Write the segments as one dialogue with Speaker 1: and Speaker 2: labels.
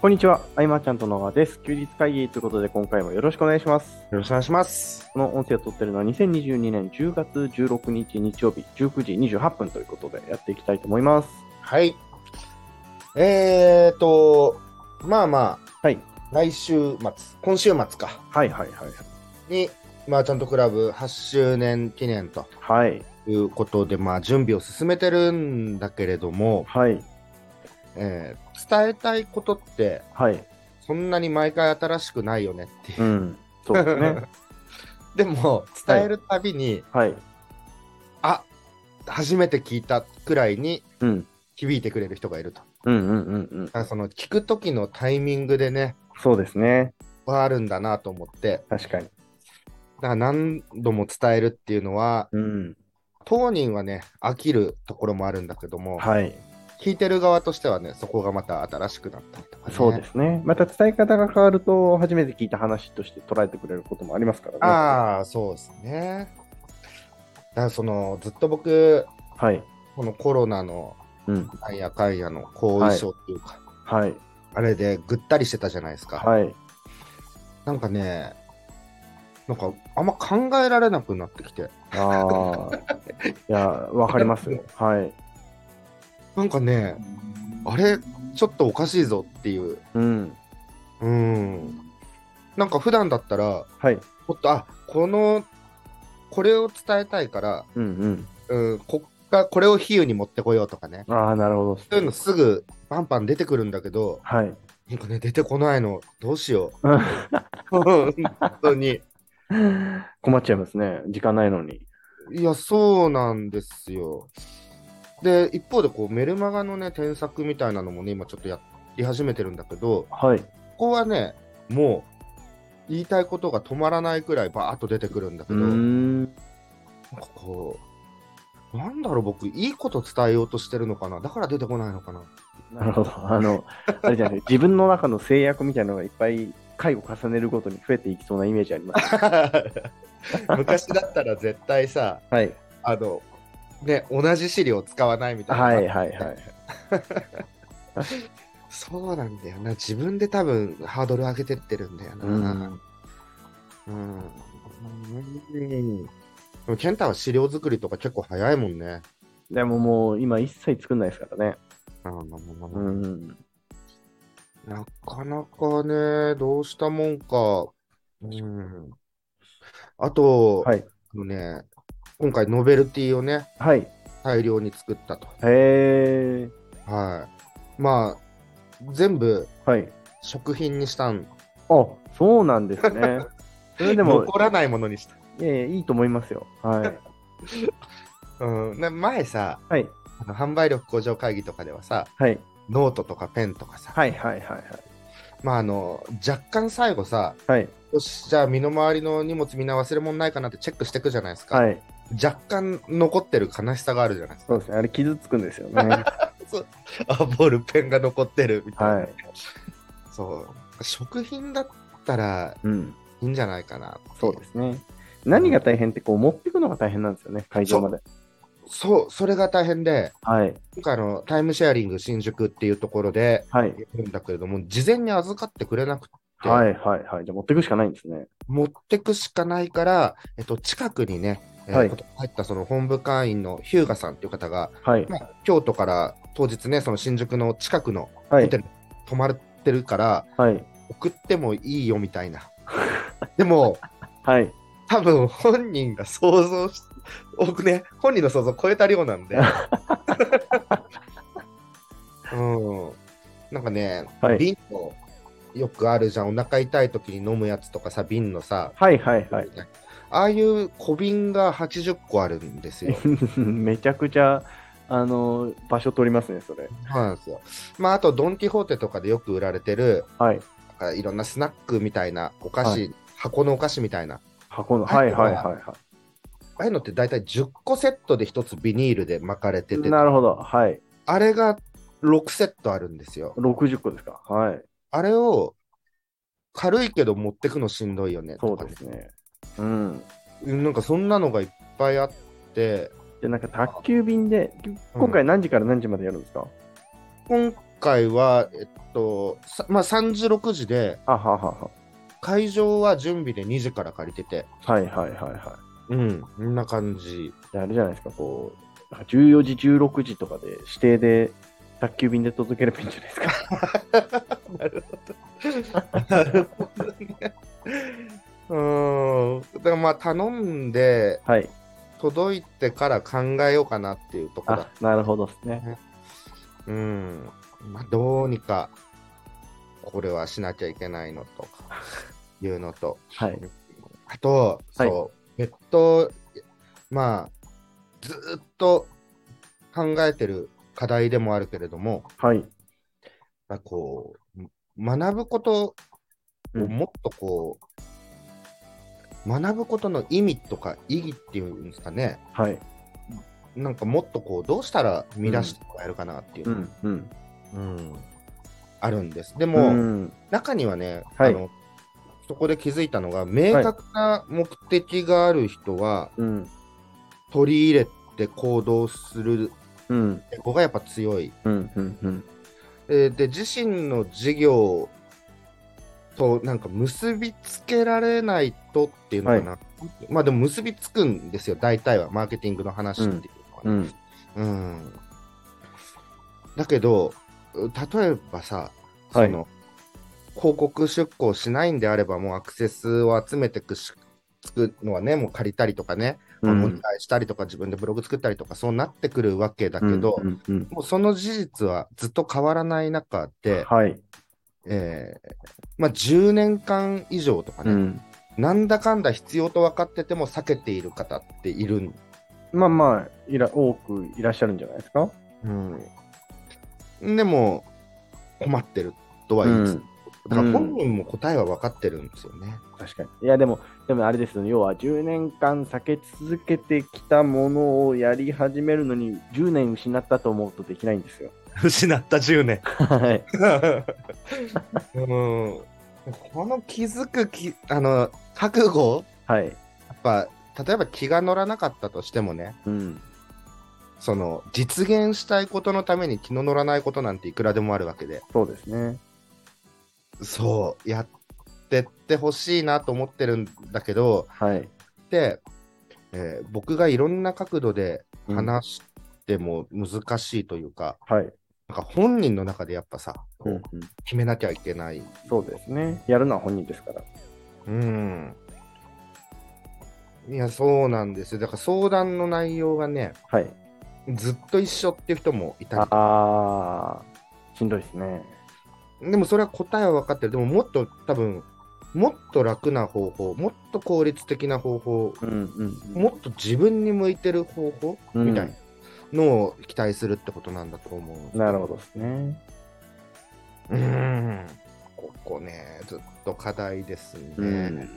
Speaker 1: こんにちは、あいまちゃんと野川です。休日会議ということで、今回もよろしくお願いします。
Speaker 2: よろしくお願いします。
Speaker 1: この音声を撮ってるのは2022年10月16日日曜日19時28分ということでやっていきたいと思います。
Speaker 2: はい。えーと、まあまあ、
Speaker 1: はい。
Speaker 2: 来週末、今週末か、
Speaker 1: はいはいはい。
Speaker 2: に、マーチャントクラブ8周年記念と
Speaker 1: はい。
Speaker 2: いうことで、まあ、準備を進めてるんだけれども、
Speaker 1: はい。
Speaker 2: えー伝えたいことって、
Speaker 1: はい。
Speaker 2: そんなに毎回新しくないよねっていうう。
Speaker 1: ん。そうです ね。
Speaker 2: でも、伝えるたびに、
Speaker 1: はい。
Speaker 2: あ初めて聞いたくらいに
Speaker 1: うん。
Speaker 2: 響いてくれる人がいると。
Speaker 1: うんうんうんうん
Speaker 2: だ。からその聞く時のタイミングでね、
Speaker 1: そうですね。
Speaker 2: はあるんだなと思って、
Speaker 1: 確かに。
Speaker 2: だから何度も伝えるっていうのは、
Speaker 1: うん。
Speaker 2: 当人はね、飽きるところもあるんだけども、
Speaker 1: はい。
Speaker 2: 聞いてる側としてはね、そこがまた新しくなったりとか、ね、。
Speaker 1: そうですすね。また伝え方が変わると、初めて聞いた話として捉えてくれることもありますからね。
Speaker 2: ああ、そうですね。だからそのずっと僕、
Speaker 1: はい。
Speaker 2: このコロナの
Speaker 1: うん。
Speaker 2: なんやかんやの後遺症っていうか、
Speaker 1: はい。
Speaker 2: あれでぐったりしてたじゃないですか。
Speaker 1: はい。
Speaker 2: なんかね、なんかあんま考えられなくなってきて、
Speaker 1: ああ。いや、わかりますよ。はい。
Speaker 2: なんかね、あれ、ちょっとおかしいぞっていう
Speaker 1: うん。
Speaker 2: うん。なんか普段だったら、
Speaker 1: はい。
Speaker 2: もっと、あこの、これを伝えたいから、
Speaker 1: うん
Speaker 2: うん、こっかこれを比喩に持ってこようとかね。
Speaker 1: うん。ああ、なるほど。
Speaker 2: そういうのすぐパンパン出てくるんだけど、
Speaker 1: はい。
Speaker 2: なんかね、出てこないの、どうしよう。
Speaker 1: うん
Speaker 2: 本当に。
Speaker 1: 困っちゃいますね。時間ないのに。
Speaker 2: いや、そうなんですよ。で、一方でこう、メルマガのね、添削みたいなのもね、今ちょっとやり始めてるんだけど、
Speaker 1: はい。
Speaker 2: ここはね、もう、言いたいことが止まらないくらいバーっと出てくるんだけ
Speaker 1: うー
Speaker 2: ど、
Speaker 1: ん。
Speaker 2: なんかこう、なんだろう、僕、いいこと伝えようとしてるのかな、だから出てこないのかな。
Speaker 1: なるほど。あの、あれじゃない自分の中の制約みたいなのがいっぱい回を重ねるごとに増えていきそうなイメージあります。
Speaker 2: 昔だったら絶対さ、
Speaker 1: はい。
Speaker 2: あの、ね、同じ資料使わないみたいな。
Speaker 1: はいはいはい。
Speaker 2: そうなんだよな、自分で多分ハードル上げてってるんだよな。うん。うん。でも健太は資料作りとか結構早いもんね。
Speaker 1: でももう今一切作んないですからね。うん。
Speaker 2: なかなかね、どうしたもんか。うん。あと、
Speaker 1: はい。
Speaker 2: あのね、今回ノベルティをね、
Speaker 1: はい。へ
Speaker 2: 大量に作ったと。
Speaker 1: え。
Speaker 2: はい。まあ、全部
Speaker 1: はい。
Speaker 2: 食品にしたん。
Speaker 1: あ、そうなんですね。それでも、
Speaker 2: 残らないものにした。
Speaker 1: いやいやいいと思いますよ。はい。
Speaker 2: うん。ね前さ、
Speaker 1: はい。
Speaker 2: あの販売力向上会議とかではさ、
Speaker 1: はい。
Speaker 2: ノートとかペンとかさ、
Speaker 1: はいはいはい
Speaker 2: まああの、若干最後さ、
Speaker 1: はい。はい。
Speaker 2: よし、じゃあ身の回りの荷物みんな忘れ物ないかなってチェックしていくじゃないですか。
Speaker 1: はい。
Speaker 2: 若干残ってる悲しさがあるじゃないですか
Speaker 1: そう。ですね。あれ傷つくんですよね。
Speaker 2: あ、ボールペンが残ってるみたいな。
Speaker 1: はい。
Speaker 2: そう。食品だったら
Speaker 1: うん。
Speaker 2: いいんじゃないかな。
Speaker 1: そうですね。何が大変って、こう、持ってくのが大変なんですよね。会場まで。
Speaker 2: そう、それが大変で、
Speaker 1: はい。
Speaker 2: 今回あのタイムシェアリング新宿っていうところで
Speaker 1: はい。
Speaker 2: やるんだけれども、事前に預かってくれなくて、
Speaker 1: はいはいはい。じゃあ持ってくしかないんですね。
Speaker 2: 持ってくしかないから、えっと、近くにね、えー
Speaker 1: はい
Speaker 2: 今年入ったその本部会員の日向さんっていう方が、
Speaker 1: はい。
Speaker 2: まあ、京都から当日ね、その新宿の近くの
Speaker 1: は
Speaker 2: ホ
Speaker 1: い
Speaker 2: テ。ルに泊まってるから、
Speaker 1: はい。
Speaker 2: 送ってもいいよみたいな。でも、
Speaker 1: はい。
Speaker 2: 多分本人が想像し、僕ね、本人の想像を超えた量なんで。 うん。なんかね、
Speaker 1: はい
Speaker 2: 瓶の、よくあるじゃん、お腹痛い時に飲むやつとかさ、瓶のさ、
Speaker 1: はいはいはい。
Speaker 2: ああいう小瓶が80個あるんですよ。
Speaker 1: めちゃくちゃ、あの、場所取りますね、それ。
Speaker 2: そうなんですよ。まあ、あと、ドン・キホーテとかでよく売られてる、
Speaker 1: はい。
Speaker 2: なんかいろんなスナックみたいな、お菓子、
Speaker 1: は
Speaker 2: 箱のお菓子みたいな。
Speaker 1: 箱の。は
Speaker 2: はいい
Speaker 1: はいはいは
Speaker 2: ああいうのって大体10個セットで1つビニールで巻かれて
Speaker 1: い。
Speaker 2: て、
Speaker 1: なるほど。はい。
Speaker 2: あれが6セットあるんですよ。
Speaker 1: 60個ですか。はい。
Speaker 2: あれを軽いけど持ってくのしんどいよね
Speaker 1: そ
Speaker 2: と
Speaker 1: う
Speaker 2: か
Speaker 1: で
Speaker 2: ね
Speaker 1: すね。うん。
Speaker 2: うんなんかそんなのがいっぱいあって、
Speaker 1: で、なんか宅急便で、今回何時から何時までやるんですか、
Speaker 2: 今回は、えっと、さまあ、3時、6時で、
Speaker 1: あははは
Speaker 2: 会場は準備で2時から借りてて、
Speaker 1: はいはいはいは
Speaker 2: うん、こんな感じ。
Speaker 1: いで。あれじゃないですか、こう、なんか14時、16時とかで指定で宅急便で届ければいいんじゃないですか。
Speaker 2: なるほどね。うん。だからまあ、頼んで、
Speaker 1: はい。
Speaker 2: 届いてから考えようかなっていうところだ
Speaker 1: あ、なるほどですね。
Speaker 2: うん。まあ、どうにか、これはしなきゃいけないのと、いうのと。
Speaker 1: はい。
Speaker 2: あと、
Speaker 1: はい
Speaker 2: そう、えっと、まあ、ずーっと考えてる課題でもあるけれども、
Speaker 1: はい。
Speaker 2: まあ、こう、学ぶことを
Speaker 1: うん
Speaker 2: もっとこう、学ぶことの意味とか意義っていうんですかね、
Speaker 1: はい。
Speaker 2: なんかもっとこう、どうしたら見出してもらえるかなっていうう、
Speaker 1: ん。うん。
Speaker 2: うんあるんです。で
Speaker 1: う
Speaker 2: も、
Speaker 1: ん
Speaker 2: 中にはね、
Speaker 1: はい
Speaker 2: あのそこで気づいたのが、明確な目的がある人は、
Speaker 1: うん。
Speaker 2: 取り入れて行動する
Speaker 1: うん。
Speaker 2: 子がやっぱ強い。
Speaker 1: うん。うん。うん。
Speaker 2: えーで、自身の事業となんか結びつけられないとっていうのかな。まあでも結びつくんですよ、大体は、マーケティングの話っていう
Speaker 1: う
Speaker 2: のはね。
Speaker 1: ん。
Speaker 2: うん。だけど、例えばさ、そ
Speaker 1: はい
Speaker 2: の、広告出稿しないんであれば、もうアクセスを集めてくし、つくのはね、もう借りたりとかね、
Speaker 1: う
Speaker 2: お
Speaker 1: ん
Speaker 2: 願いしたりとか自分でブログ作ったりとかそうなってくるわけだけど、
Speaker 1: うんうん
Speaker 2: もうその事実はずっと変わらない中
Speaker 1: うん
Speaker 2: で、
Speaker 1: はい。
Speaker 2: えーまあ、10年間以上とか
Speaker 1: う
Speaker 2: ね、
Speaker 1: ん。
Speaker 2: なんだかんだ必要と分かってても避けている方っているん、
Speaker 1: まあまあ、いら、多くいらっしゃるんじゃないですか。
Speaker 2: でも困ってるとは
Speaker 1: う
Speaker 2: 言いつつ、
Speaker 1: ん。
Speaker 2: だから
Speaker 1: うん
Speaker 2: 本人も答えは分かってるんですよね。
Speaker 1: 確かに。いや、でも、でもあれですよね。要は10年間避け続けてきたものをやり始めるのに、10年失ったと思うとできないんですよ。
Speaker 2: 失った10年。
Speaker 1: はい。
Speaker 2: うん、この気づくきあの覚悟
Speaker 1: はい。
Speaker 2: やっぱ例えば気が乗らなかったとしてもね
Speaker 1: うん。
Speaker 2: その実現したいことのために気の乗らないことなんていくらでもあるわけで
Speaker 1: そうですね。
Speaker 2: そうやってってほしいなと思ってるんだけど
Speaker 1: はい。
Speaker 2: で、えー僕がいろんな角度で
Speaker 1: うん
Speaker 2: 話しても難しいというか、
Speaker 1: はい。
Speaker 2: なんか本人の中でやっぱさ、
Speaker 1: うんうん
Speaker 2: 決めなきゃいけない
Speaker 1: そうですね。やるのは本人ですから。
Speaker 2: うんいやそうなんですよだから相談の内容がね
Speaker 1: はい。
Speaker 2: ずっと一緒っていう人もいたり
Speaker 1: ああ、しんどいですね。
Speaker 2: でもそれは答えは分かってる。でももっと多分、もっと楽な方法、もっと効率的な方法、
Speaker 1: うんうん。
Speaker 2: もっと自分に向いてる方法、
Speaker 1: うん
Speaker 2: みたいなのを期待するってことなんだと思う。
Speaker 1: なるほどですね。
Speaker 2: うーん。ここね、ずっと課題ですね。うん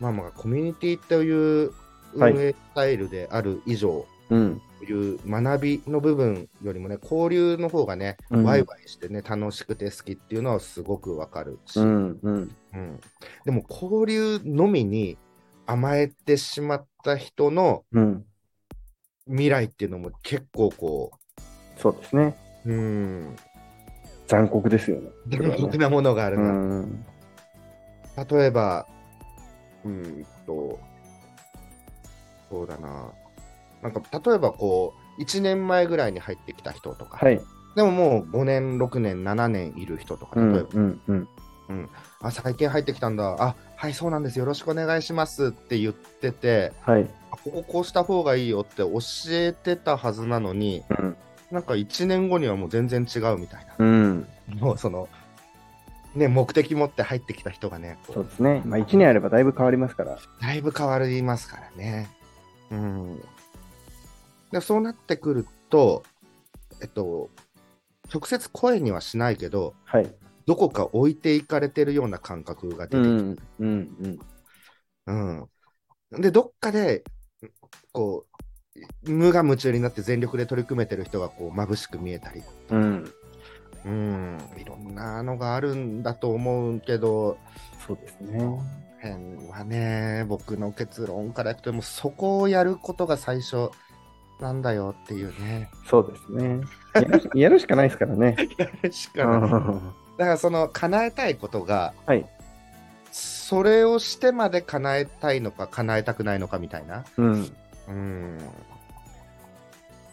Speaker 2: まあまあ、コミュニティという
Speaker 1: はい
Speaker 2: 運営スタイルである以上、
Speaker 1: うん。
Speaker 2: こういう学びの部分よりもね、交流の方がね、
Speaker 1: うん
Speaker 2: ワイワイしてね、楽しくて好きっていうのはすごくわかるし、
Speaker 1: うんうん。
Speaker 2: うんでも交流のみに甘えてしまった人の
Speaker 1: うん。
Speaker 2: 未来っていうのも結構こ
Speaker 1: そうですね。
Speaker 2: う、うん、
Speaker 1: 残酷ですよね。
Speaker 2: 残酷なものがある
Speaker 1: う
Speaker 2: な。
Speaker 1: ん。
Speaker 2: 例えば、うーんと、そうだな、なんか例えばこう、1年前ぐらいに入ってきた人とか、
Speaker 1: はい。
Speaker 2: でももう5年、6年、7年いる人とか、
Speaker 1: う
Speaker 2: 例え
Speaker 1: ん
Speaker 2: ば、
Speaker 1: うんうん。
Speaker 2: あ、最近入ってきたんだ。あ、はい、そうなんです。よろしくお願いしますって言ってて、
Speaker 1: はい。
Speaker 2: あこここうした方がいいよって教えてたはずなのに、
Speaker 1: うん。
Speaker 2: なんか1年後にはもう全然違うみたいな。
Speaker 1: うん。
Speaker 2: もうその、ね、目的持って入ってきた人がね、こう
Speaker 1: そうですね。まあ、1年あればだいぶ変わりますから。
Speaker 2: だいぶ変わりますからね。うん。でそうなってくると、えっと、直接声にはしないけど、
Speaker 1: はい。
Speaker 2: どこか置いていかれてるような感覚が出てきて、
Speaker 1: うん。うん。うん。
Speaker 2: うん。で、どっかで、こう、無我夢中になって全力で取り組めてる人がこう眩しく見えたり、
Speaker 1: うん。
Speaker 2: うん、いろんなのがあるんだと思うけど、
Speaker 1: そうですね。
Speaker 2: 辺はね、僕の結論からいくと、もうそこをやることが最初、なんだよっていうね。
Speaker 1: そうですね。や るしやるしかないですからね。
Speaker 2: し
Speaker 1: う
Speaker 2: かない。だか
Speaker 1: ん
Speaker 2: らその叶えたいことが、
Speaker 1: はい
Speaker 2: それをしてまで叶えたいのか叶えたくないのかみたいな。
Speaker 1: うん。
Speaker 2: うん。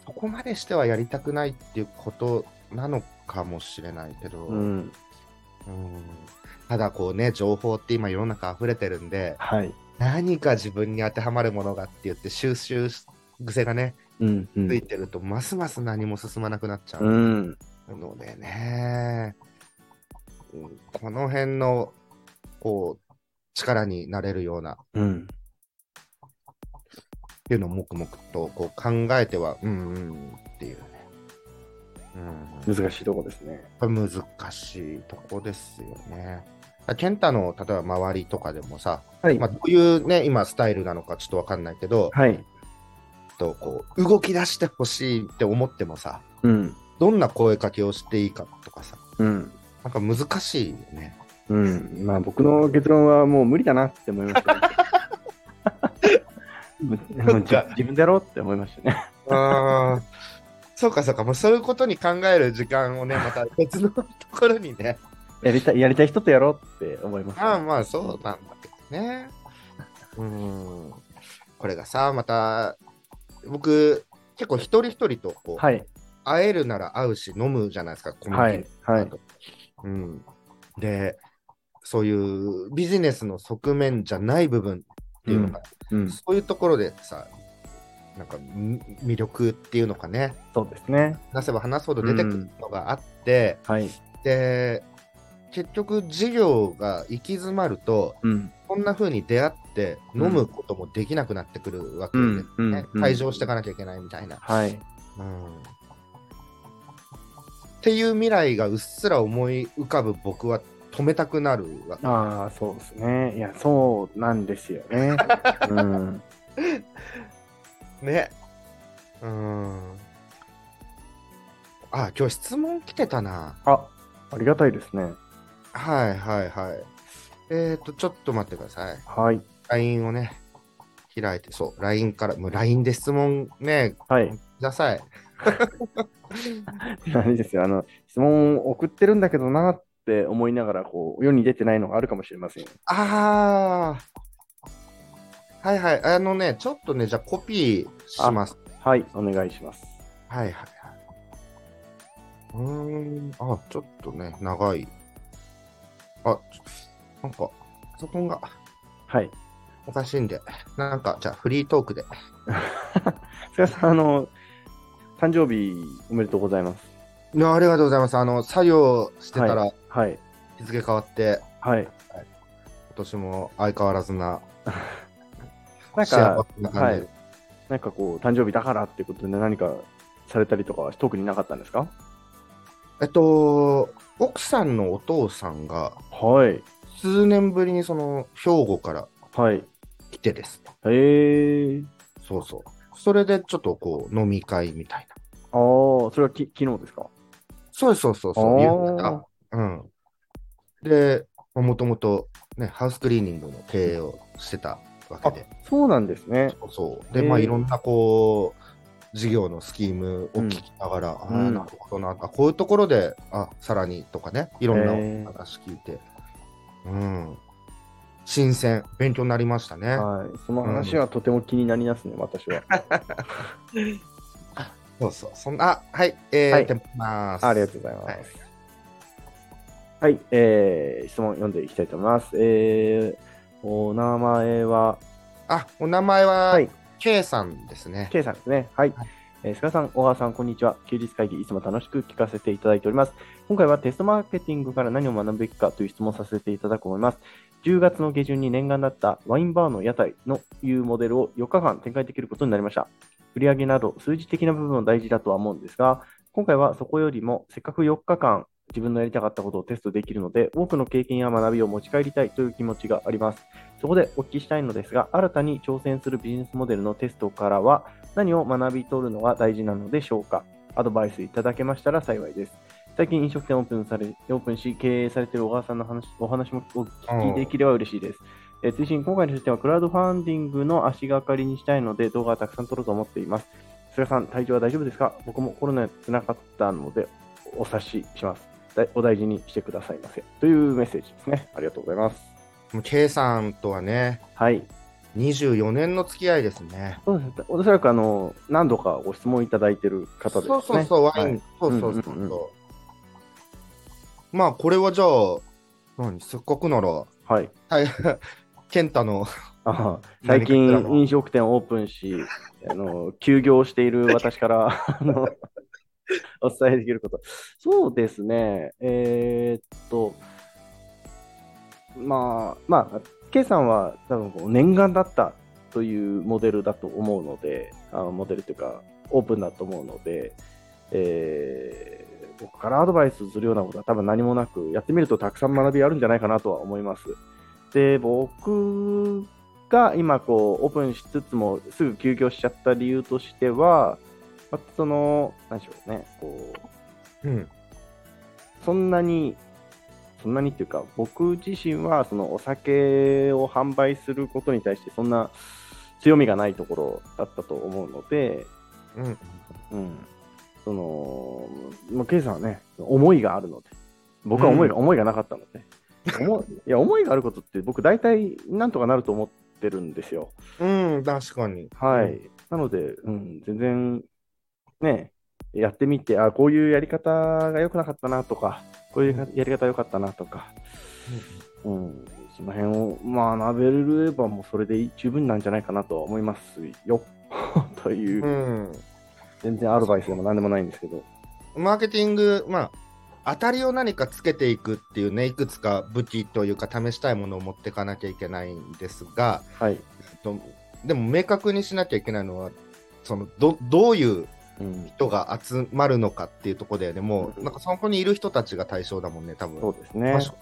Speaker 2: そこまでしてはやりたくないっていうことなのかもしれないけど、
Speaker 1: うん。
Speaker 2: うんただこうね、情報って今世の中溢れてるんで、
Speaker 1: はい。
Speaker 2: 何か自分に当てはまるものがって言って収集癖がね、
Speaker 1: うん。う
Speaker 2: つい
Speaker 1: ん。
Speaker 2: てると、ますます何も進まなくなっちゃ
Speaker 1: う。
Speaker 2: うんのでね、うんこの辺のこう力になれるようなっ
Speaker 1: うん。
Speaker 2: ていうのを黙々とこう考えては、うんうんっていうね、うん、
Speaker 1: 難しいとこですね。
Speaker 2: これ難しいとこですよね。だから健太の例えば周りとかでもさ、
Speaker 1: はい
Speaker 2: まあ、どういうね、今スタイルなのかちょっとわかんないけど、
Speaker 1: はい。
Speaker 2: とこう動き出してほしいって思ってもさ
Speaker 1: うん。
Speaker 2: どんな声かけをしていいかとかさ
Speaker 1: うん。
Speaker 2: なんか難しいよね
Speaker 1: うん。まあ僕の結論はもう無理だなって思いま したね、もうもうじ自分でやろうって思いましたね。
Speaker 2: あー そうかそうかもうそういうことに考える時間をねまた別のところにね
Speaker 1: やりたい、やりたい人とやろうって思いました、
Speaker 2: まあまあそうなんだけどねうんこれがさまた僕結構一人一人とこう、
Speaker 1: はい。
Speaker 2: 会えるなら会うし飲むじゃないですかコミュ
Speaker 1: は
Speaker 2: ニ
Speaker 1: い
Speaker 2: テ。ィ
Speaker 1: はい。
Speaker 2: うん、でそういうビジネスの側面じゃない部分っていうのが、
Speaker 1: うん。
Speaker 2: そういうところでさなんかみ魅力っていうのかね
Speaker 1: そうですね。
Speaker 2: 話せば話すほど出てくるのがあって、
Speaker 1: はい。
Speaker 2: で結局事業が行き詰まると
Speaker 1: うん。
Speaker 2: こんな風に出会って
Speaker 1: うん
Speaker 2: 飲むこともできなくなってくるわけ
Speaker 1: う
Speaker 2: で、
Speaker 1: ん
Speaker 2: ね
Speaker 1: うんうん
Speaker 2: 退場していかなきゃいけないみたいな、
Speaker 1: はい。
Speaker 2: うんっていう未来がうっすら思い浮かぶ僕は止めたくなるわけ。
Speaker 1: ああ、そうですね。いや、そうなんですよ ね。うん。
Speaker 2: ね。うーん。あ、今日質問来てたな。
Speaker 1: あ、ありがたいですね。
Speaker 2: はいはいはい。えっ、ー、と、ちょっと待ってください。
Speaker 1: はい。
Speaker 2: LINE をね、開いて、そう、LINE から、もう LINE で質問ね、
Speaker 1: はい。
Speaker 2: く ださい。
Speaker 1: あれですよ。あの、質問を送ってるんだけどなって思いながら、こう、世に出てないのがあるかもしれません。
Speaker 2: あー。はいはい。あのね、ちょっとね、じゃあコピーします。
Speaker 1: はい。お願いします。
Speaker 2: はいはいはい。うーん、あ、ちょっとね、長い。あ、ちょなんか、パソコンが。
Speaker 1: はい。
Speaker 2: おかしいんで、なんか、じゃあフリートークで。
Speaker 1: 菅さん、あの、誕生日おめでとうございます。
Speaker 2: いや、ありがとうございます。あの、作業してたら
Speaker 1: はい。
Speaker 2: 日付変わって、
Speaker 1: はい。
Speaker 2: 今年も相変わらずな、
Speaker 1: なん
Speaker 2: 幸
Speaker 1: か、
Speaker 2: せな感じで。
Speaker 1: なんかこう、誕生日だからってことで何かされたりとかは特になかったんですか
Speaker 2: えっと、奥さんのお父さんが、
Speaker 1: はい。
Speaker 2: 数年ぶりにその、兵庫から
Speaker 1: はい。
Speaker 2: 来てです。
Speaker 1: へえー。
Speaker 2: そうそう。それでちょっとこう、飲み会みたい
Speaker 1: ああ、
Speaker 2: な。
Speaker 1: それはき昨日ですか
Speaker 2: そうそうそう
Speaker 1: あ
Speaker 2: そう、
Speaker 1: ー
Speaker 2: 夕方うん。で、もともと、ね、ハウスクリーニングの経営をしてたわけ
Speaker 1: あ
Speaker 2: で。
Speaker 1: そうなんですね。
Speaker 2: そう。で、
Speaker 1: へー
Speaker 2: まあ、いろんなこう、事業のスキームを聞きながら、
Speaker 1: うん
Speaker 2: あ
Speaker 1: う
Speaker 2: あ、
Speaker 1: ん
Speaker 2: なるほどな、あこういうところで、あさらにとかね、いろ
Speaker 1: へ
Speaker 2: ん
Speaker 1: ー
Speaker 2: な話聞いて、うん。新鮮、勉強になりましたね。
Speaker 1: はい。その話はとても気になりますね、私 は。
Speaker 2: そうそう。そんな、あはい、えー、
Speaker 1: はい
Speaker 2: 手もます。
Speaker 1: ありがとうございます。はい、えー、質問読んでいきたいと思います。えー、お名前は、
Speaker 2: あ、お名前は、
Speaker 1: はい
Speaker 2: K さんですね。
Speaker 1: K さんですね。はい
Speaker 2: はい。
Speaker 1: えー、菅さん、小川さん、こんにちは。休日会議、いつも楽しく聞かせていただいております。今回はテストマーケティングから何を学ぶべきかという質問をさせていただこうと思います。10月の下旬に念願だったワインバーの屋台のいうモデルを4日間展開できることになりました。売上など数字的な部分は大事だとは思うんですが、今回はそこよりもせっかく4日間自分のやりたかったことをテストできるので、多くの経験や学びを持ち帰りたいという気持ちがあります。そこでお聞きしたいのですが、新たに挑戦するビジネスモデルのテストからは何を学び取るのが大事なのでしょうかアドバイスいただけましたら幸いです。最近飲食店オープンされ、オープンし、経営されている小川さんの話お話もお聞きできれば嬉しいです。えー、追伸、今回の出店はクラウドファンディングの足がかりにしたいので動画はたくさん撮ろうと思っています。菅さん、体調は大丈夫ですか僕もコロナにつながったので、お察しします。だいお大事にしてくださいませ。というメッセージですね。ありがとうございます。
Speaker 2: もう K さんとはね、
Speaker 1: はい。
Speaker 2: 24年の付き合いですね。
Speaker 1: そうですね。おそらく、あの、何度かご質問いただいてる方ですね。
Speaker 2: そうそうそう、ワイン、
Speaker 1: はい
Speaker 2: そうそうそうそう、
Speaker 1: うんうんう
Speaker 2: まあ、これはじゃあ、何、せっかくなら、
Speaker 1: はい。
Speaker 2: はい、 健太の、
Speaker 1: ああ 最
Speaker 2: 何かしらの
Speaker 1: 近、飲食店オープンし、あの休業している私 からあのお伝えできること。そうですね、えーっと、まあ、まあ、K さんは多分こう念願だったというモデルだと思うので、あのモデルというか、オープンだと思うので、えー僕からアドバイスするようなことは多分何もなく、やってみるとたくさん学びあるんじゃないかなとは思います。で、僕が今こうオープンしつつもすぐ休業しちゃった理由としては、まあその、何でしょうね、こう、
Speaker 2: うん、
Speaker 1: そんなに、そんなにっていうか、僕自身はそのお酒を販売することに対してそんな強みがないところだったと思うので、
Speaker 2: うん、
Speaker 1: うん、その、まあ、ケイさんはね、思いがあるので、僕は思いが、思いがなかったので、思いいや思いがあることって僕大体なんとかなると思ってるんですよ。
Speaker 2: うん、確かに。
Speaker 1: はい。なので、うん、全然、ね、やってみて、あこういうやり方が良くなかったなとか、こういうややり方良かったなとか、うん、その辺をまあ学べればもうそれで十分なんじゃないかなとは思いますよ。 というう、
Speaker 2: ん、
Speaker 1: 全然アドバイスでも何でもないんですけど。
Speaker 2: マーケティング、まあ、当たりを何かつけていくっていうね、いくつか武器というか、試したいものを持っていかなきゃいけないんですが、
Speaker 1: はい。
Speaker 2: えっとでも明確にしなきゃいけないのは、そのどどういう
Speaker 1: うん、
Speaker 2: 人が集まるのかっていうところだよね、も
Speaker 1: う
Speaker 2: う、
Speaker 1: ん
Speaker 2: なんかそこにいる人たちが対象だもんね、多分
Speaker 1: そうですね
Speaker 2: まあ。そ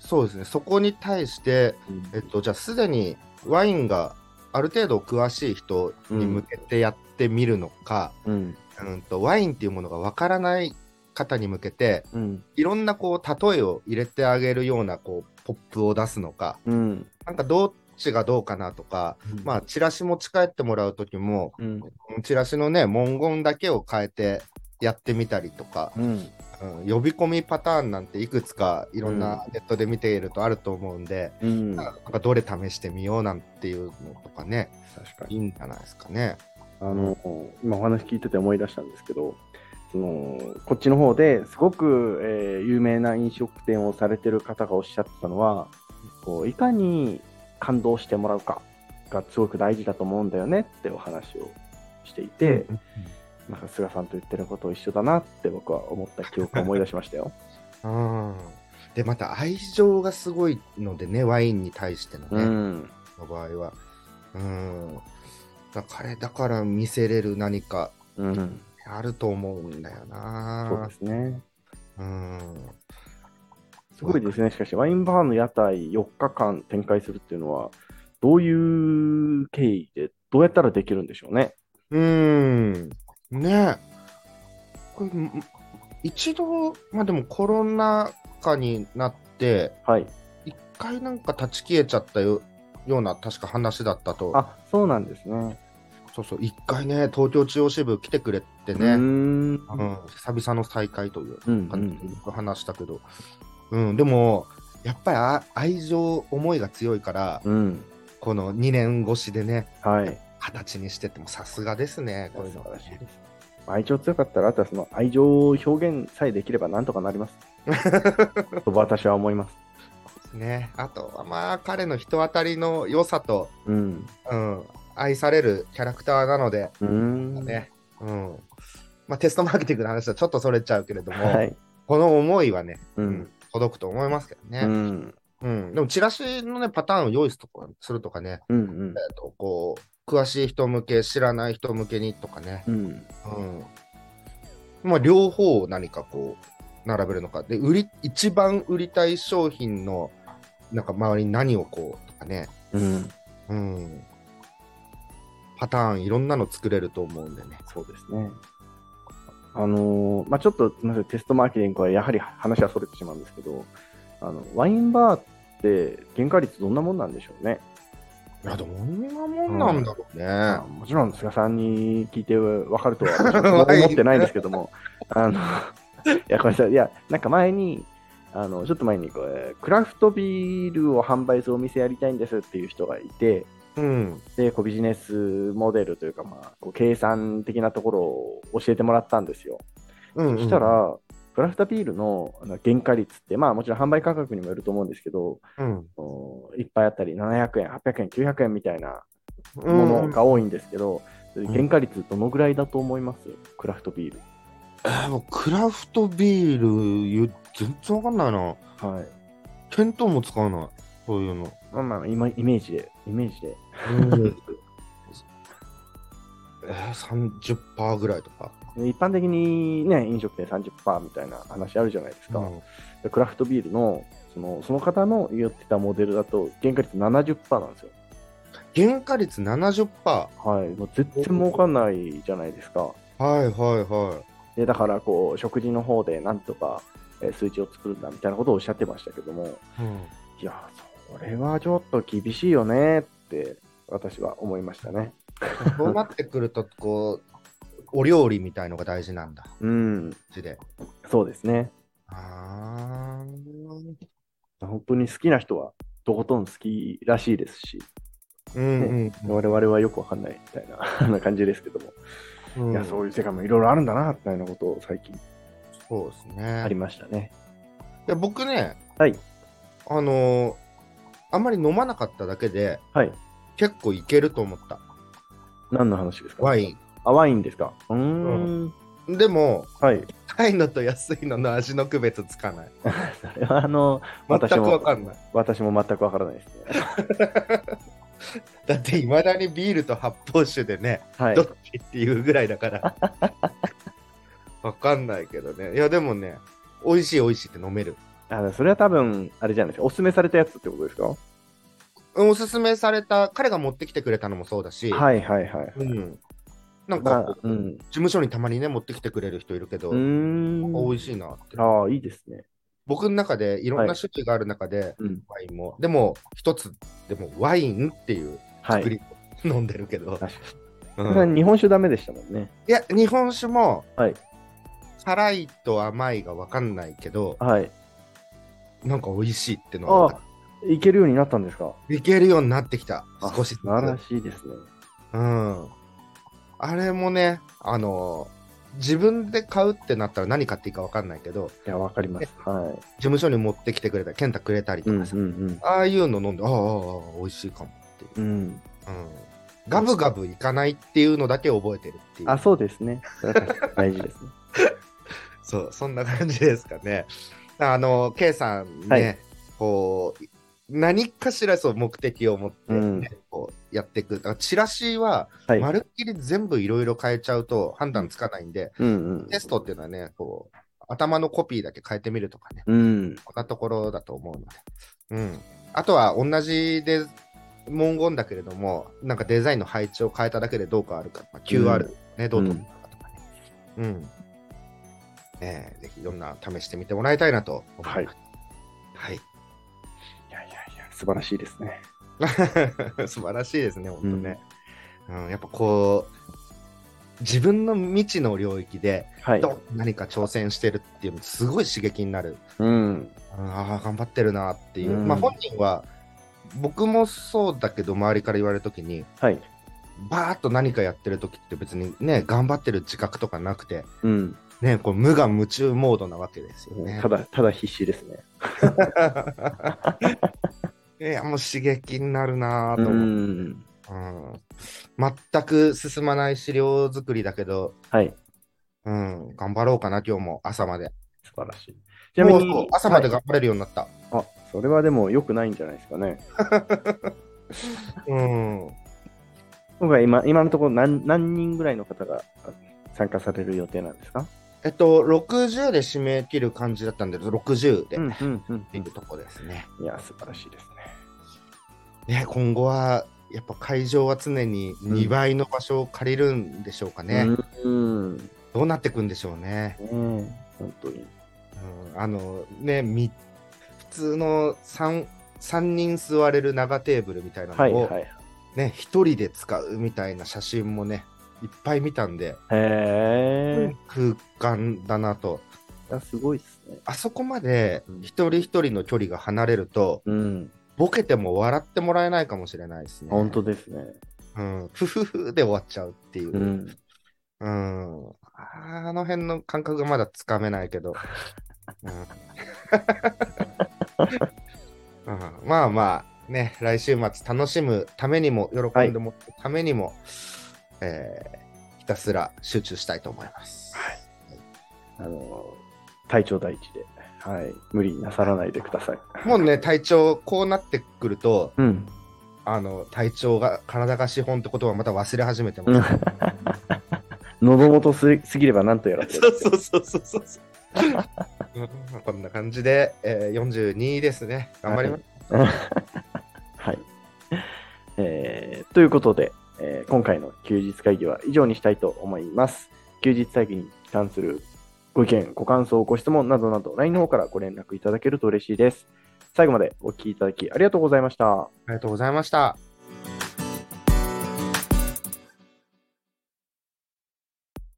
Speaker 2: そうですね、そこに対して、えっと、じゃあ、すでにワインがある程度詳しい人に向けてやってみるのか、
Speaker 1: うん。
Speaker 2: うんとワインっていうものがわからない方に向けて、
Speaker 1: うん。
Speaker 2: いろんなこう例えを入れてあげるようなこうポップを出すのか、
Speaker 1: うん。
Speaker 2: なんかどっちがどうかなとか、まあ、チラシ持ち帰ってもらうときも、
Speaker 1: うん。
Speaker 2: チラシのね、文言だけを変えてやってみたりとか、
Speaker 1: うん。
Speaker 2: うん呼び込みパターンなんていくつかいろんなネットで見ているとあると思うんで、
Speaker 1: うん。
Speaker 2: なんかどれ試してみようなんていうのとかね、
Speaker 1: 確かに
Speaker 2: いいんじゃないですかね。
Speaker 1: あの、今お話聞いてて思い出したんですけど、そのこっちの方ですごく、えー有名な飲食店をされてる方がおっしゃってたのは、こういかに感動してもらうかがすごく大事だと思うんだよねってお話をしていて、なんか菅さんと言ってること一緒だなって僕は思った記憶を思い出しましたよ。
Speaker 2: うんで、また愛情がすごいのでね、ワインに対してのね。
Speaker 1: うん、
Speaker 2: の場合は。うん。だから彼だから見せれる何か
Speaker 1: うん、
Speaker 2: あると思うんだよ
Speaker 1: そう
Speaker 2: な
Speaker 1: で。すね。
Speaker 2: うん。
Speaker 1: すごいですね、しかし、ワインバーの屋台4日間展開するっていうのは、どういう経緯で、どうやったらできるんでしょうね。
Speaker 2: うん。ねこれ、ん一度、まあでもコロナ禍になって、
Speaker 1: はい。
Speaker 2: 一回なんか断ち切れちゃったよような確か話だったと。
Speaker 1: あ、そうなんですね。
Speaker 2: そうそう、一回ね、東京中央支部来てくれて
Speaker 1: う
Speaker 2: ね。
Speaker 1: ーん。
Speaker 2: うん、久々の再会という
Speaker 1: うんう
Speaker 2: 感
Speaker 1: ん
Speaker 2: じでよく話したけど、うんでもやっぱりあ愛情思いが強いから、
Speaker 1: うん。
Speaker 2: この2年越しでね
Speaker 1: はい。
Speaker 2: 形にしてってもさすがですねこういうのがね
Speaker 1: す。愛情強かったら、あとはその愛情を表現さえできればなんとかなり ます。と私は思います。
Speaker 2: ねあとはまあ彼の人当たりの良さと、
Speaker 1: うん。
Speaker 2: うん、愛されるキャラクターなので、
Speaker 1: うーん。
Speaker 2: ねうんまあ、テストマーケティングの話はちょっとそれちゃうけれども、
Speaker 1: はい。
Speaker 2: この思いはね、
Speaker 1: う。
Speaker 2: うん届くと思いますけど
Speaker 1: う
Speaker 2: ね、
Speaker 1: ん。
Speaker 2: うんでもチラシのねパターンを用意するとかするとかね
Speaker 1: うん。うん。
Speaker 2: えっと、こう、詳しい人向け、知らない人向けにとかね。
Speaker 1: うん。
Speaker 2: うん。まあ、両方を何かこう、並べるのか。で、売り、一番売りたい商品の、なんか周りに何をこう、とかね。
Speaker 1: うん。
Speaker 2: うん。パターン、いろんなの作れると思うんでね。
Speaker 1: そうですね。あのーまあ、ちょっとすみませんテストマーケティングはやはり話はそれてしまうんですけど、あのワインバーって原価率どんなもんなんでしょうね。
Speaker 2: いや、どんなもんなんだろうね。
Speaker 1: まあもちろん、菅さんに聞いて分かるとは 私は思ってないんですけども、あの、いや、これさ、いや、なんか前に、あの、ちょっと前にこれ、クラフトビールを販売するお店やりたいんですっていう人がいて、
Speaker 2: うん。
Speaker 1: で、こうビジネスモデルというか、まあ、こう計算的なところを教えてもらったんですよ。
Speaker 2: うん、うん。
Speaker 1: そした、ら、クラフトビールのあの原価率って、まあもちろん販売価格にもよると思うんですけど、
Speaker 2: うん。
Speaker 1: おいっぱいあったり700円、800円、900円みたいな
Speaker 2: も
Speaker 1: ものが多いんですけど、原価率どのぐらいだと思いますクラフトビール。
Speaker 2: えーもうクラフトビール、全然わかんないな。
Speaker 1: はい。
Speaker 2: 見当も使わない。そういうの。
Speaker 1: まあまあ、今イメージで、イメージで。
Speaker 2: えー、30%ぐらいとか。
Speaker 1: 一般的にね、飲食店30%みたいな話あるじゃないですか。
Speaker 2: うん
Speaker 1: でクラフトビールのそのその方の言ってたモデルだと原価率70%なんですよ。
Speaker 2: 原価率70%。は
Speaker 1: はい。もう全然儲かんないじゃないですか。
Speaker 2: いはいはい。
Speaker 1: で、だからこう、食事の方でなんとかえー数値を作るんだみたいなことをおっしゃってましたけども、
Speaker 2: うん
Speaker 1: いや、それはちょっと厳しいよねって私は思いましたね。
Speaker 2: そうなってくると、こう、お料理みたいのが大事なんだ。こ
Speaker 1: うん、
Speaker 2: っちで。
Speaker 1: そうですね。
Speaker 2: あー
Speaker 1: 本当に好きな人はとことん好きらしいですし、
Speaker 2: うん
Speaker 1: 我々はよくわかんないみたいな あんな感じですけども、
Speaker 2: うん。
Speaker 1: いや、そううんいう世界もいろいろあるんだな、みたいなことを最近
Speaker 2: そうですね。
Speaker 1: ありましたね。
Speaker 2: いや僕ね、
Speaker 1: はい、
Speaker 2: あのーあんまり飲まなかっただけで、
Speaker 1: はい。
Speaker 2: 結構いけると思った、
Speaker 1: 何の話ですか
Speaker 2: ワイ
Speaker 1: あ、ワインですかうーん。
Speaker 2: ン。でも、
Speaker 1: はい。
Speaker 2: 高いのと安いのの味の区別つかない。
Speaker 1: それはあの、
Speaker 2: 全く
Speaker 1: 私も
Speaker 2: わかんない。
Speaker 1: 私も全くわからないですね。
Speaker 2: だって、いまだにビールと発泡酒でね、
Speaker 1: はい
Speaker 2: ど。っちっていうぐらいだから。 わかんないけどね。いや、でもね、美味しい美味しいって飲める。
Speaker 1: あそれは多分、あれじゃないですか。おすすめされたやつってことですかは
Speaker 2: おすすめされた、彼が持ってきてくれたのもそうだし、
Speaker 1: いはいはい。
Speaker 2: うん、なん
Speaker 1: ま
Speaker 2: か、
Speaker 1: あ、うん。
Speaker 2: 事務所にたまにね、持ってきてくれる人いるけど、
Speaker 1: うーん。
Speaker 2: 美味しいなって。
Speaker 1: ああ、いいですね。
Speaker 2: 僕の中でいろんな種類がある中で、
Speaker 1: うん。
Speaker 2: ワインも、でも一つでもワインっていう
Speaker 1: は
Speaker 2: 作
Speaker 1: い。
Speaker 2: り を飲んでるけど、
Speaker 1: 確か
Speaker 2: うん
Speaker 1: に。日本酒ダメでしたもんね。
Speaker 2: いや日本酒も、
Speaker 1: はい
Speaker 2: 辛いと甘いが分かんないけど
Speaker 1: はい。
Speaker 2: なんか美味しいっての
Speaker 1: あ
Speaker 2: が
Speaker 1: いけるようになったんですか
Speaker 2: いけるようになってきた
Speaker 1: あ
Speaker 2: 少しず
Speaker 1: 素晴ら
Speaker 2: つ、
Speaker 1: しいですね。
Speaker 2: うん、あれもねあの自分で買うってなったら何買っていいか分かんないけど
Speaker 1: いや、わかります。は
Speaker 2: 事務所に持ってきてくれたり健太くれたり
Speaker 1: い。う
Speaker 2: と
Speaker 1: ん
Speaker 2: かさ、
Speaker 1: うん
Speaker 2: ああいうの飲んでああああああ美味しいかもっていう。
Speaker 1: うん。うん。
Speaker 2: うんガブガブいかないっていうのだけ覚えてるっていう。
Speaker 1: あ、そうですね。それは確かに大事 ですね。
Speaker 2: そう、そんな感じですかね。あの、K さんね、
Speaker 1: はい
Speaker 2: こう、何かしらそう目的を持って、
Speaker 1: う
Speaker 2: ね
Speaker 1: ん
Speaker 2: こうやっていく。だからチラシは、
Speaker 1: はい。
Speaker 2: まるっきり全部いろいろ変えちゃうと判断つかないんで、
Speaker 1: うんうん。
Speaker 2: テストっていうのはね、こう、頭のコピーだけ変えてみるとかね、
Speaker 1: うん。
Speaker 2: こんなところだと思うので。うん。あとは、同じで、文言だけれども、なんかデザインの配置を変えただけでどうかあるか、まあ、QR ね、どうとるかとかね。うん。ねえぜひいろんな試してみてもらいたいなと思います。はい。
Speaker 1: いやいやいや、素晴らしいですね。
Speaker 2: 素晴らしい ですね、本当ね。うん、やっぱこう、自分の未知の領域で、
Speaker 1: はい。
Speaker 2: ど何か挑戦してるっていうの、すごい刺激になる。
Speaker 1: うん。
Speaker 2: うんああ、頑張ってるなっていう。
Speaker 1: うん
Speaker 2: まあ本人は、僕もそうだけど、周りから言われるときに、
Speaker 1: はい。
Speaker 2: バーッと何かやってるときって別にね、頑張ってる自覚とかなくて、
Speaker 1: うん。
Speaker 2: ね、こう無我夢中モードなわけですよね
Speaker 1: た。だ、ただ必死ですね。
Speaker 2: いや、もう刺激になるな
Speaker 1: う
Speaker 2: ぁと思う、
Speaker 1: ん。
Speaker 2: うん。全く進まない資料作りだけど、
Speaker 1: はい。
Speaker 2: うん、頑張ろうかな、今日も朝まで。
Speaker 1: 素晴らしい。ちなみ
Speaker 2: もう
Speaker 1: に、
Speaker 2: 朝ま
Speaker 1: は
Speaker 2: で
Speaker 1: い
Speaker 2: 頑張れるようになった。
Speaker 1: あ、それはでも良くないんじゃないですかね。
Speaker 2: うん。
Speaker 1: 今回今、今のところ何何人ぐらいの方があ参加される予定なんですか
Speaker 2: えっと、60で締め切る感じだったんで、60で。
Speaker 1: うんうんうん
Speaker 2: っていうとこですね。
Speaker 1: いや、素晴らしいですね。
Speaker 2: ね、今後は、やっぱ会場は常に2倍の場所を借りるんでしょうかね。
Speaker 1: うん。ね
Speaker 2: どうなってくんでしょうね。
Speaker 1: え本当に。
Speaker 2: うん、あの、ね、み普通の 3, 三人座れる長テーブルみたいな
Speaker 1: はい
Speaker 2: の
Speaker 1: は
Speaker 2: を
Speaker 1: い。
Speaker 2: ね、一人で使うみたいな写真もね、いっぱい見たんで、
Speaker 1: へえ、
Speaker 2: 空間だなと。
Speaker 1: あすごいっすね。
Speaker 2: あそこまで
Speaker 1: うん
Speaker 2: 一人一人の距離が離れると、
Speaker 1: うん、
Speaker 2: ボケても笑ってもらえないかもしれないですね。
Speaker 1: 本当ですね。
Speaker 2: うん。ふふふで終わっちゃうっていうう。
Speaker 1: ん、
Speaker 2: うん。あの辺の感覚がまだつかめないけど。うん、 うんまあまあ、ね、来週末楽しむためにも、喜んでもらうためにも、えーひたすら集中したいと思います。
Speaker 1: あの体調第一で、はい、無理なさらないでください。
Speaker 2: もうね、体調、こうなってくると、
Speaker 1: うん、
Speaker 2: あの体調が体が資本ってことはまた忘れ始めてます。
Speaker 1: 喉元すすぎればなんとやらと
Speaker 2: そうそうそうそうそうそう。 うんこんな感じで、えー、42ですね。頑張ります。
Speaker 1: はい。えーということで、えー今回の休日会議は以上にしたいと思います。休日会議に関するご意見、ご感想、ご質問などなど、LINE の方からご連絡いただけると嬉しいです。最後までお聞きいただきありがとうございました。
Speaker 2: ありがとうございました。